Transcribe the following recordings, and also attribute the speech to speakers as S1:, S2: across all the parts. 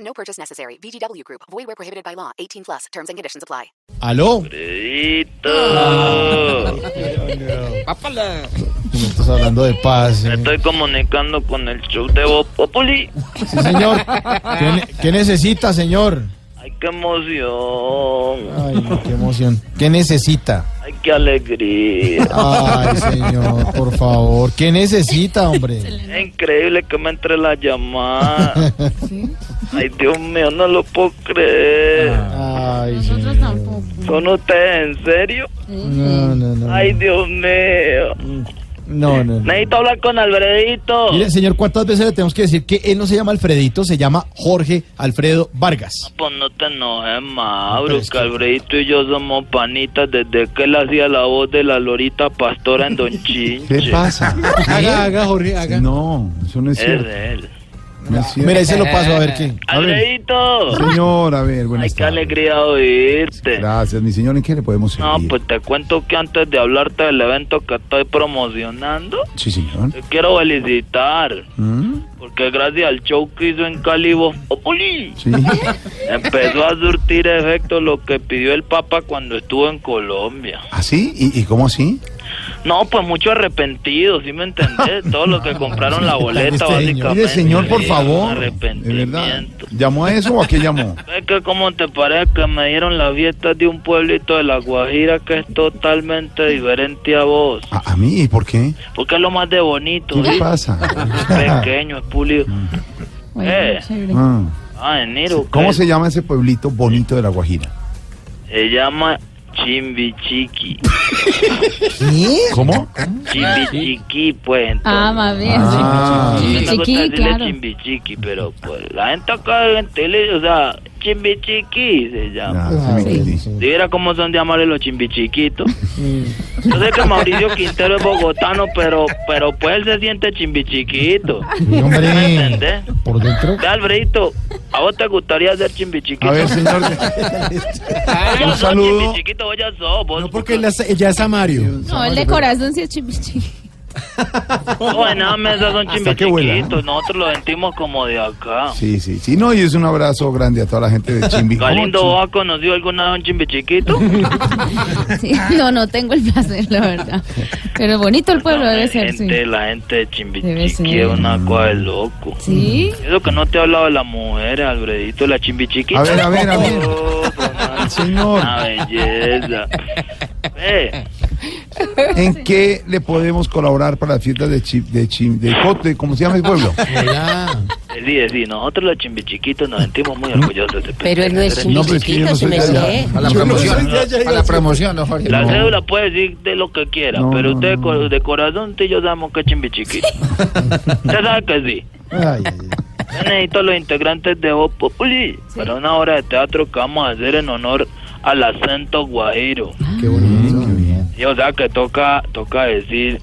S1: No purchase necessary. VGW Group. Void where prohibited by law. 18 plus. Terms and conditions apply.
S2: ¿Aló? Ah.
S3: Pápala.
S2: Me estás hablando de paz.
S4: Me
S2: eh.
S4: estoy comunicando con el show de Voz Populi.
S2: Sí, señor. ¿Qué, ne- qué necesita, señor?
S4: Ay, qué emoción.
S2: Ay, no, qué emoción. ¿Qué necesita?
S4: Ay, qué alegría.
S2: Ay, señor, por favor. ¿Qué necesita, hombre?
S4: Es increíble que me entre la llamada. Ay, Dios mío, no lo puedo
S2: Ah.
S4: creer.
S2: Ay, señor.
S4: ¿Son ustedes en serio?
S2: No, no, no.
S4: Ay, Dios mío.
S2: Mm. No, no, no.
S4: Necesito hablar con Alfredito.
S2: Mire, señor, ¿cuántas veces le tenemos que decir que él no se llama Alfredito, se llama Jorge Alfredo Vargas?
S4: Pues no te enojes, Mauro,
S2: Pero es
S4: que
S2: que-
S4: Alfredito y yo somos panitas desde que él hacía la voz de la lorita pastora en Don Chinche.
S5: pasa?
S6: Haga, haga, Jorge, haga.
S5: No, eso no es
S4: Es él.
S5: No es cierto.
S2: Mira, ahí se lo paso a ver qué.
S4: Alfredito.
S5: Señor, a ver,
S4: Ay,
S5: buenas
S4: qué
S5: tardes.
S4: alegría oírte.
S5: Gracias, mi señor. ¿En qué le podemos
S4: No,
S5: servir?
S4: pues te cuento que antes de hablarte del evento que estoy promocionando,
S5: Sí, señor.
S4: te quiero felicitar.
S5: ¿Mm?
S4: Porque gracias al show que hizo en Cali, Voz Populi,
S5: Sí.
S4: empezó a surtir efecto lo que pidió el Papa cuando estuvo en Colombia.
S5: ¿Así? ¿Y, ¿Y cómo así?
S4: No, pues mucho arrepentido, ¿sí me entendés? Todos los que compraron la boleta,
S2: Este señor.
S4: básicamente.
S5: Mire, señor, por
S4: sí,
S5: favor. De verdad.
S4: Arrepentimiento.
S5: ¿Llamó a eso o a qué llamó?
S4: Es que como te parece que me dieron las fiestas de un pueblito de La Guajira que es totalmente diferente a vos?
S5: ¿A, a mí? ¿Y por qué?
S4: Porque es lo más de bonito,
S5: ¿Qué le
S4: ¿sí?
S5: pasa?
S4: Pequeño, es pulido. Eh,
S5: Ah.
S4: ah, en Niro,
S5: ¿Cómo
S4: ¿qué?
S5: se llama ese pueblito bonito de La Guajira?
S4: Se llama Chimbichiqui.
S5: ¿Cómo?
S4: Chimbichiqui, pues.
S7: Ah,
S4: entonces.
S7: más bien.
S5: Ah,
S4: A mí me gusta
S7: Chiqui,
S4: decirle
S7: claro.
S4: Chimbichiqui, pero pues la gente acá en tele, o sea, Chimbichiqui se llama.
S5: ya, Ah, sí me entendí.
S4: Si viera cómo son de amables los chimbichiquitos.
S7: Mm.
S4: Yo sé que Mauricio Quintero es bogotano, pero, pero pues él se siente chimbichiquito.
S2: Sí, hombre,
S4: ¿Entendés?
S2: por dentro.
S4: Ve, Alfredito, ¿a vos te gustaría ser chimbichiquito?
S5: A ver, señor.
S4: Vos ya
S5: un
S4: sos
S5: saludo.
S4: Chimbichiquito, vos ya sos. Vos,
S6: No, porque ella, es- ella es Samario.
S7: No, el de corazón sí es chimichi.
S4: No, en nada, mesas son
S5: Hasta que vuela,
S4: chimbichiquitos. Nosotros lo sentimos como de acá.
S5: Sí, sí, sí. No, y es un abrazo grande a toda la gente de Chimbi.
S4: Galindo, ¿vos has conocido alguna vez un chimbichiquito?
S7: Sí, no, no tengo el placer, la verdad. Pero bonito el pueblo
S4: No,
S7: debe
S4: la
S7: ser, sí.
S4: gente, La gente de
S7: Debe
S4: chimbichiqui
S7: ser.
S4: es una cosa de loco.
S7: Sí.
S4: Eso que no te he hablado de la mujer, Alfredito, la chimbichiquita.
S5: A ver, a ver, a ver.
S4: Oh, mamá,
S5: Señor.
S4: Una belleza. Eh,
S5: ¿En qué le podemos colaborar para las fiestas de Chim, de Chim, de Cote? ¿Cómo se llama el pueblo?
S2: Hola.
S4: sí, sí, nosotros los chimbichiquitos nos sentimos muy orgullosos. De
S8: Pero él no es
S5: No, pero es que yo
S8: chimbichiquito,
S5: no soy
S8: se
S5: de
S8: me sé.
S5: allá.
S3: A la
S5: Yo no soy
S3: promoción.
S5: de allá.
S3: A la promoción, no, Jorge.
S4: La
S5: No.
S4: cédula puede decir de lo que quiera,
S5: No,
S4: pero
S5: no,
S4: ustedes
S5: no.
S4: co- de corazón sí yo sabemos que es chimbichiquito. Usted sabe que sí.
S2: Ay, ay,
S4: Yo necesito a los integrantes de Voz Populi para una obra de teatro que vamos a hacer en honor al acento guajiro.
S2: ay, qué bonito. Qué bien.
S4: Sí, o sea que toca, toca decir,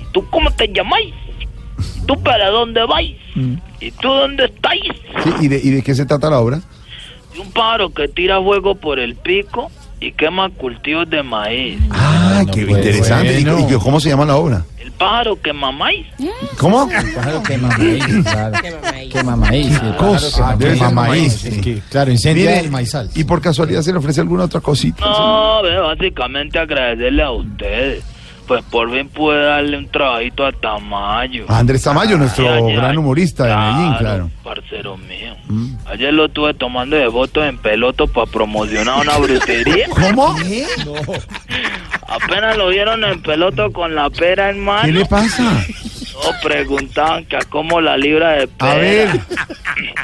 S4: ¿y tú cómo te llamáis? ¿Y tú para dónde vais?
S2: Mm.
S4: ¿Y tú dónde estáis?
S5: Sí, ¿y, de, ¿Y de qué se trata la obra?
S4: Y un pájaro que tira fuego por el pico y quema cultivos de maíz.
S5: Ah, qué
S2: pues,
S5: interesante. ¿Y-
S2: bueno.
S5: ¿Y, cómo se llama la obra?
S4: El pájaro que mamáis.
S5: ¿Cómo?
S3: Claro, qué mamaí, claro. Qué mamaí. sí,
S5: Cosa,
S3: claro, qué
S5: debe ser
S3: mamaí.
S5: maíz,
S3: Sí.
S2: Es que, claro, incendia el maizal.
S5: ¿y por casualidad se le ofrece alguna otra cosita?
S4: No, pero básicamente agradecerle a ustedes. Pues por fin pude darle un trabajito a Tamayo.
S5: A Andrés Ah, Tamayo, nuestro
S4: Ya, ya,
S5: gran humorista de Medellín, claro. Mm.
S4: Parcero mío. Ayer lo estuve tomando de votos en peloto para promocionar una brutería.
S5: ¿Cómo?
S4: Apenas lo vieron en peloto con la pera en mano.
S5: ¿Qué le pasa?
S4: Todos preguntaban que a cómo la libra de pera.
S5: A ver,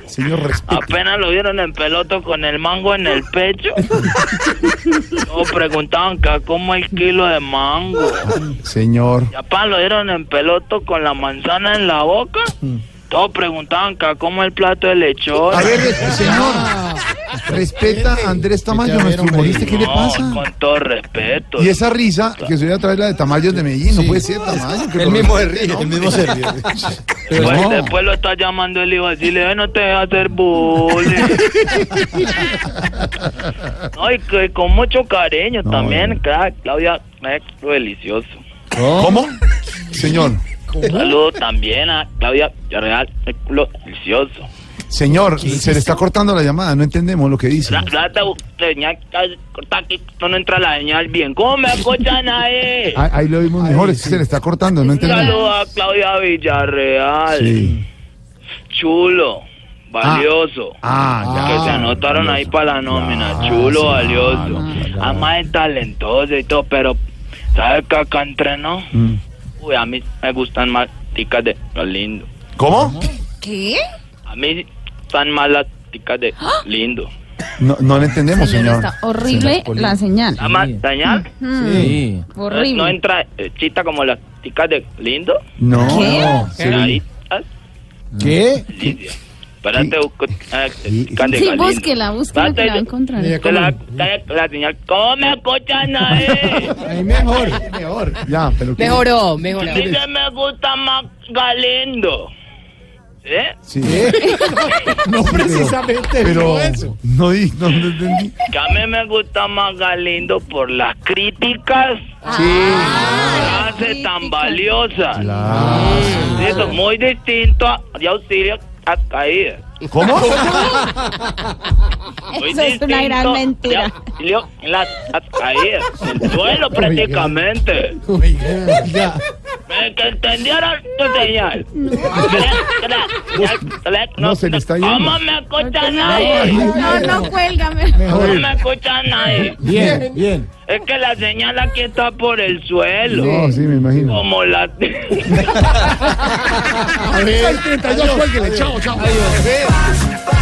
S5: señor, respeta.
S4: Apenas lo vieron en peloto con el mango en el pecho. Todos preguntaban que a cómo el kilo de mango.
S5: Señor,
S4: Y apenas lo vieron en peloto con la manzana en la boca. Todos preguntaban acá cómo el plato de lechón.
S5: Mm. A ver, res- señor, respeta a Andrés Tamayo,
S2: Vete a ver,
S5: nuestro
S2: hombre.
S5: humorista, ¿qué le
S4: No,
S5: pasa?
S4: Con todo respeto.
S5: Y esa risa que se oye traer la de Tamayo es de Medellín, no puede ser Tamayo. que
S3: Él
S5: lo
S3: mismo se ríe,
S5: respete, ¿no?
S3: él mismo se ríe.
S4: Pues,
S2: no.
S4: Después lo está llamando el hijo a decirle, "Eh, no te dejes hacer bullying. no, y que con mucho cariño también, crack, Claudia, eh, lo delicioso.
S5: ¿Cómo? Señor,
S4: Saludo también a Claudia Villarreal, eh, lo delicioso.
S5: señor, se le está cortando la llamada, no entendemos lo que dice.
S4: La plata, señal, corta aquí, no entra la señal bien. ¿Cómo me escuchan ahí?
S5: Ah, Ahí lo vimos mejor, es que se le está cortando, no
S4: Un
S5: entendemos.
S4: saludo a Claudia Villarreal.
S5: Sí.
S4: Chulo, valioso.
S5: Ah,
S4: que se anotaron ahí para la nómina. Chulo, valioso. Además es talentoso y todo, pero ¿sabes qué acá entrenó? Uy, a mí me gustan más ticas de lo lindo.
S5: ya. ¿Cómo?
S7: ¿Qué?
S4: A mí están más las ticas de
S7: ¡Ah!
S4: lindo.
S5: No, no le entendemos,
S7: Señor,
S5: señor.
S7: está horrible la señal.
S4: Nada más, señal,
S3: Sí.
S7: Mm. Horrible.
S4: Ah, no entra eh, chita como las ticas de lindo.
S5: No.
S7: ¿Qué?
S4: Ahí,
S2: ¿Qué?
S4: espérate, busco eh, ticas de
S7: Sí,
S4: galindo.
S7: búsquela, búsquela que la va a encontrar.
S6: Mira,
S4: Te La, la, la señal, ¿cómo me escuchan ahí?
S2: Ahí mejor, mejor.
S5: Ya, pero ¿qué?
S8: Mejoró, mejoró.
S4: Dice me gusta más Galindo. ¿Eh?
S5: Sí. No
S6: Precisamente
S5: Pero
S6: dijo eso.
S5: no, di- no, no entendí.
S4: Que a mí me gusta más Galindo por las críticas.
S7: Ah,
S4: Frase
S7: sí,
S4: tan
S7: sí,
S4: valiosa. Eso es muy distinto a de auxilio a caída.
S5: ¿Cómo?
S4: Muy
S7: Eso es una
S4: distinto
S7: gran
S4: de
S7: mentira.
S4: auxilio en las a caídas. El duelo prácticamente. Me- Que entendieron tu señal.
S5: No, se le está yendo.
S4: ¿Cómo me escucha
S7: Ay,
S4: nadie?
S7: No, no, cuélgame.
S4: ¿Cómo me escucha nadie?
S2: Bien, bien.
S4: Es que la señal aquí está por el suelo.
S5: No, sí, me imagino.
S4: Como la.
S2: A ver, 32, cuélguele, chao, chao. Adiós.